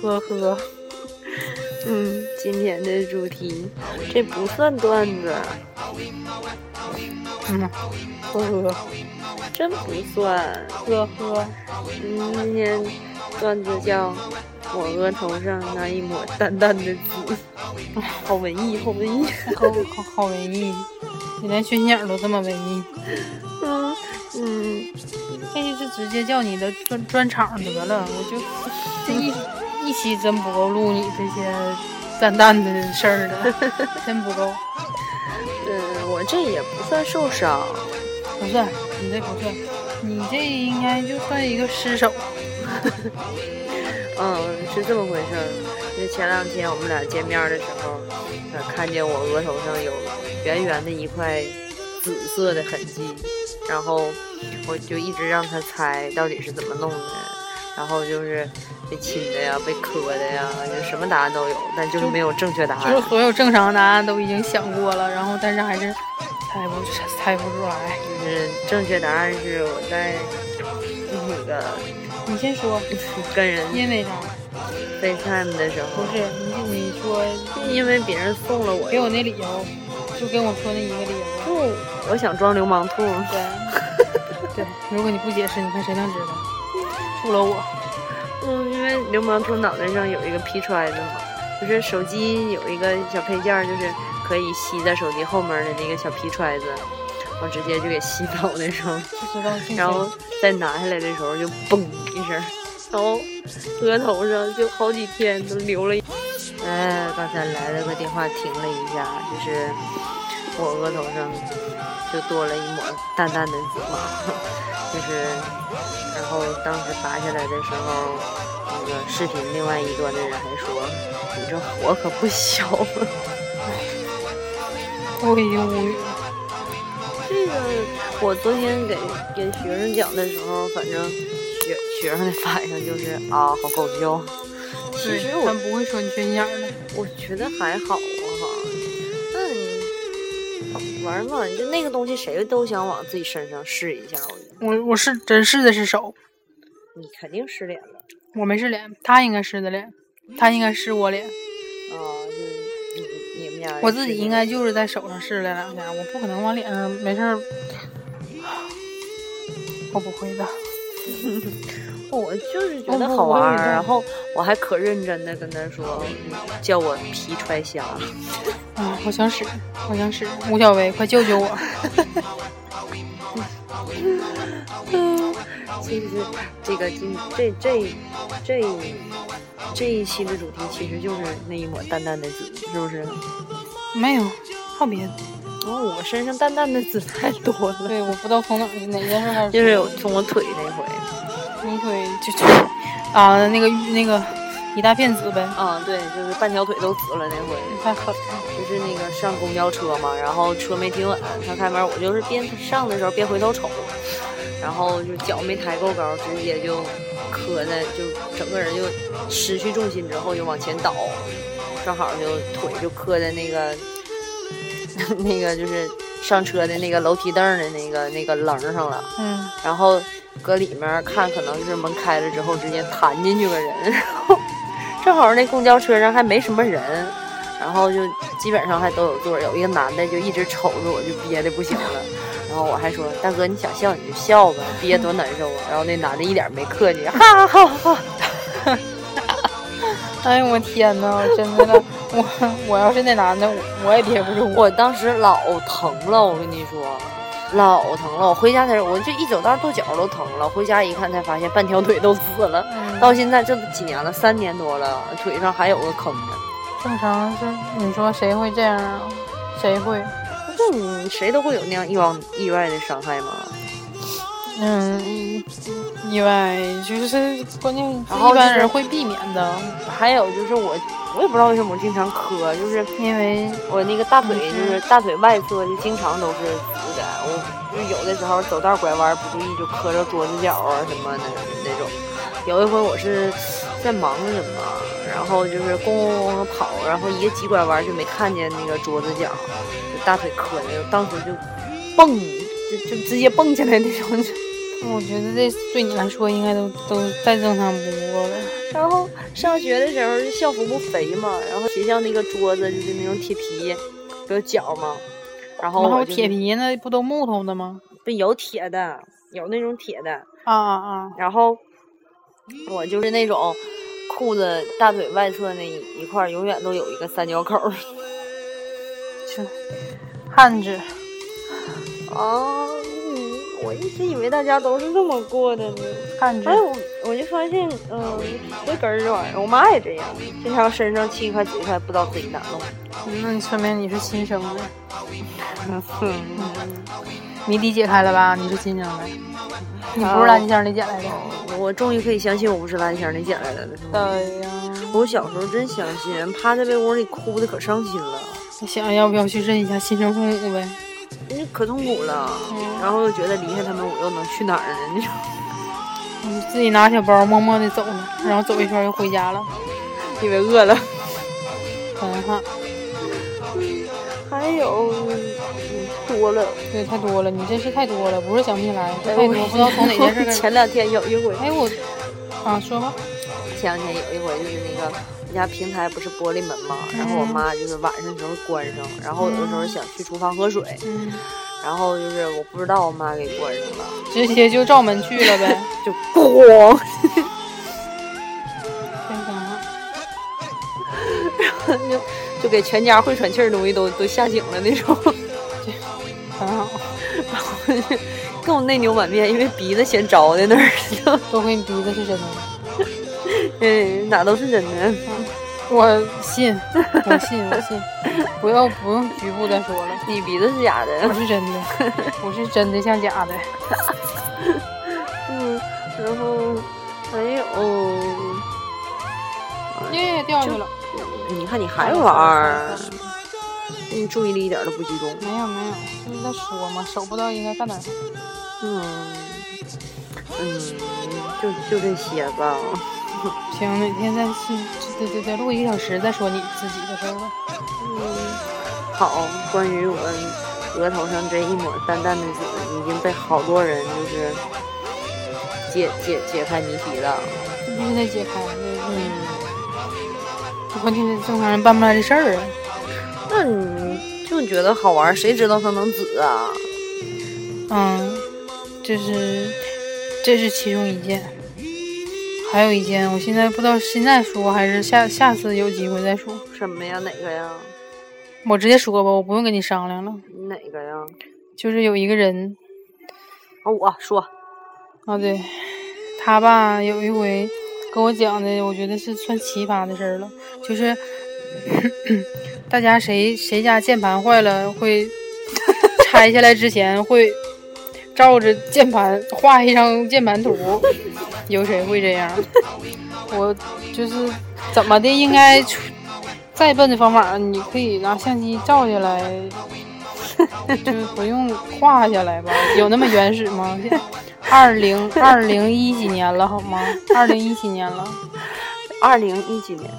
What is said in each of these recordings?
呵呵， 嗯，今天的主题这不算段子，嗯，呵呵真不算。呵呵，嗯，今天段子叫“我额头上那一抹淡淡的紫”， 好文艺，好文艺。好好好文艺，你连缺心眼儿都这么文艺，嗯嗯，这期就直接叫你的专专场得了，我就这一一期真不够录你这些淡淡的事儿的，真不够，嗯，我这也不算受伤，不算，你这不算，你这应该就算一个失手，嗯，是这么回事儿。就前两天我们俩见面的时候，呃，看见我额头上有圆圆的一块紫色的痕迹，然后我就一直让他猜到底是怎么弄的，然后就是被亲的呀，被磕的呀，就什么答案都有，但就是没有正确答就案是。所有正常答案都已经想过了，然后但是还是猜不猜不出来。就是正确答案是我在那个你先说，跟人因为啥？ FaceTime 的时不候，是你你说因为别人送了我一给个我那理由，就跟我说那一个理由。兔，我想装流氓兔。对， 对，如果你不解释，你看谁能知道？除了我，嗯，因为流氓兔脑袋上有一个皮揣子嘛，就是手机有一个小配件儿，就是可以吸在手机后面的那个小皮揣子，我直接就给吸脑袋上，不知道是谁然后再拿下来的时候就嘣一声，然后额头上就好几天都流了一。哎，刚才来了个电话，停了一下，就是我额头上就多了一抹淡淡的紫嘛，就是，然后当时拔下来的时候，那个视频另外一端的人还说：“你这火可不小。”啊我已经无语了。这个我昨天给给学生讲的时候，反正学学生的反应就是啊，好搞笑。其实他我们不会说你缺心眼儿的。我觉得还好啊，那你玩儿嘛，就那个东西谁都想往自己身上试一下，我觉得我我是真试的是手，你肯定失联了我没试脸，他应该试的脸，他应该试我脸，啊，就你你们俩我自己应该就是在手上试了两下，我不可能往脸上没事儿。 我不会的，我就是觉得我不好玩儿，我也是然后我还可认真的跟他说，嗯叫我皮揣虾。啊，我想使，我想使，吴小维，快救救我！其实这个今这这这这一期的主题其实就是那一抹淡淡的紫，是不是？没有，还有别的。然后我身上淡淡的紫太多了，对，我不知道从哪儿哪件事开始说。就是从我腿那回。你腿就就啊，那个那个一大片紫呗，啊，对，就是半条腿都紫了那回。太狠了。就是那个上公交车嘛，然后车没停稳，他开门，我就是边上的时候边回头瞅，然后就脚没抬够高，直接就磕在，就整个人就失去重心之后就往前倒，正好就腿就磕在那个那个就是上车的那个楼梯凳儿的那个那个棱儿上了，嗯，然后搁里面看，可能就是门开了之后直接弹进去个人， 然后正好那公交车上还没什么人，然后就基本上还都有座儿，有一个男的就一直瞅着我，就憋的不行了。然后我还说：“大哥，你想笑你就笑吧，憋多难受啊！”然后那男的一点没客气， 哈哈哈哈。哎呦我天呐，真的，我我要是那男的，我我也憋不住。我当时老疼了，我跟你说，老疼了。我回家才，我就一走道跺脚都疼了。回家一看才发现半条腿都紫了。嗯到现在这都几年了，三年多了，腿上还有个坑呢。正常是，你说谁会这样啊？谁会？那你谁都会有那样意外意外的伤害吗？嗯，意外就是关键，然后就是一般人会避免的，还有就是我，我也不知道为什么我经常磕，就是因为我那个大腿，就是大腿外侧就经常都是紫的。我就有的时候走道拐弯不注意就磕着桌子角啊什么的那种。有一回我是在忙什么，然后就是咣咣咣的跑，然后一个急拐弯就没看见那个桌子角，就大腿磕那个，当时就蹦，就就直接蹦起来那种。我觉得这对你来说应该都都再正常不过了。然后上学的时候就校服不肥嘛，然后学校那个桌子就是那种铁皮，不有角嘛，然后然后我就铁皮那不都木头的吗？不有铁的，有那种铁的，啊啊啊！然后我就是那种裤子大腿外侧那一一块儿永远都有一个三角口儿。就汉子， 啊，嗯我一直以为大家都是这么过的呢。汉子哎，，我我就发现，嗯、这根儿这玩意儿，我妈也这样，经常身上七块九块，不知道自己哪弄。嗯那你说明你是亲生的。嗯，谜底解开了吧？你是亲生的，你不是蓝箱里捡来的。我终于可以相信我不是蓝翔里捡来的了。对呀、我小时候真相信，趴在被窝里哭的可伤心了，你想要不要去认一下亲生父母呗？那可痛苦了。然后又觉得离开他们我又能去哪儿 呢？你说你自己拿小包默默的走了，然后走一圈就回家了，因为饿了。很哈，还有，嗯多了。对，太多了，你真是太多了，不是想不起来，太哎多，我不知道从哪件事开始。 前两天有一回，哎，我啊，说吧，前两天有一回就是那个我们家平台不是玻璃门嘛，然后我妈就是晚上的时候关上，然后有的时候想去厨房喝水，嗯，然后就是我不知道我妈给关上了，直接就照门去了呗，就咣，真很哈，就就给全家会喘气儿的东西都都吓醒了那种，很好，然后就跟我内牛满面，因为鼻子先着在那儿， 多亏你鼻子是真的，嗯，哪都是真的。我信，我信，我信，不要不用局部再说了，你鼻子是假我的，是真的，我是真的像假的，嗯，然后哎嗯还有，耶，掉下去了，你看你还玩儿，你注意力一点都不集中。没有没有，就是在说嘛，手不知道应该干点啥。嗯，嗯，就就这些吧。行，哪天再去，对对对，录一个小时再说你自己的事儿吧。嗯，好，关于我额头上这一抹淡淡的紫，已经被好多人就是解解解开谜题了。必须得解开，这嗯，这关键是正常人办不来的事儿啊。那你就觉得好玩，谁知道它能紫啊？嗯，这是这是其中一件，还有一件，我现在不知道现在说还是下下次有机会再说。什么呀？哪个呀？我直接说吧，我不用跟你商量了。哪个呀？就是有一个人啊，我说，啊，对，他吧有一回跟我讲的，我觉得是算奇葩的事儿了，就是 大家谁谁家键盘坏了会拆下来之前会照着键盘画一张键盘图，有谁会这样？ 我就是怎么的，应该出再笨的方法，你可以拿相机照下来， 就是不用画下来吧？有那么原始吗？二零二零一几年了好吗？二零一几年了，二零一几年？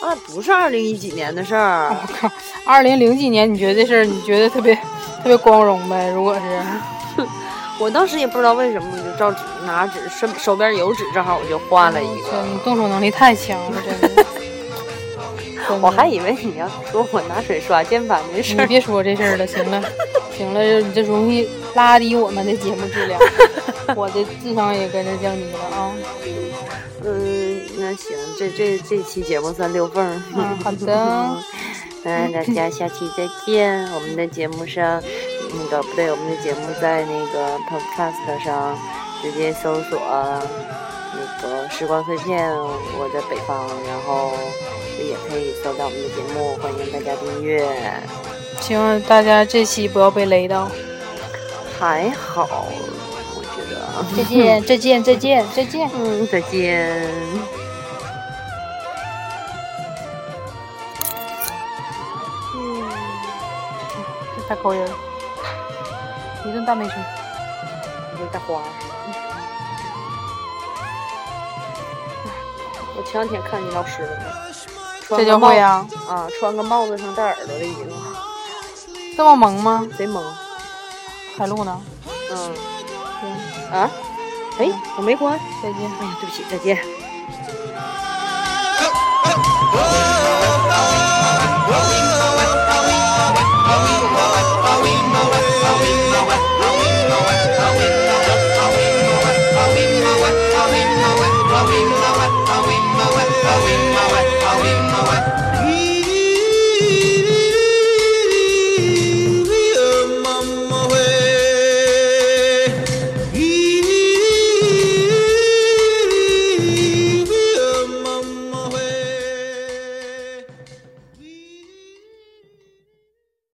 啊，不是二零一几年的事儿。我靠，二零零几年，你觉得这事儿你觉得特别特别光荣呗？如果是，我当时也不知道为什么，我就照纸拿纸，身手边有纸，正好我就画了一真个。你动手能力太强了，真的。 真的我还以为你要说我拿水刷键盘的事你儿，别说这事儿了，行 了，行了，你这容易拉低我们的节目 质量，我的智商也跟着降低了啊。嗯，那行，这这这期节目算溜缝儿。嗯好的，那大家下期再见。我们的节目上，那个不对，我们的节目在那个 Podcast 上直接搜索那个时光碎片，我在北方，然后也可以搜到我们的节目，欢迎大家订阅。希望大家这期不要被雷到。还好，我觉得。再见，再见，再见，再见。嗯，再见。 大口人，一顿大美食。大花，我前两天看你老师了，这就会呀、啊，啊，穿个帽子上戴耳朵的一个，这么萌吗？贼萌。海陆呢？嗯行，啊，哎，我没关。再见。哎呀，对不起，再见。 Halloween, Halloween, Halloween, Halloween, Halloween, Halloween, Halloween, Halloween, Halloween,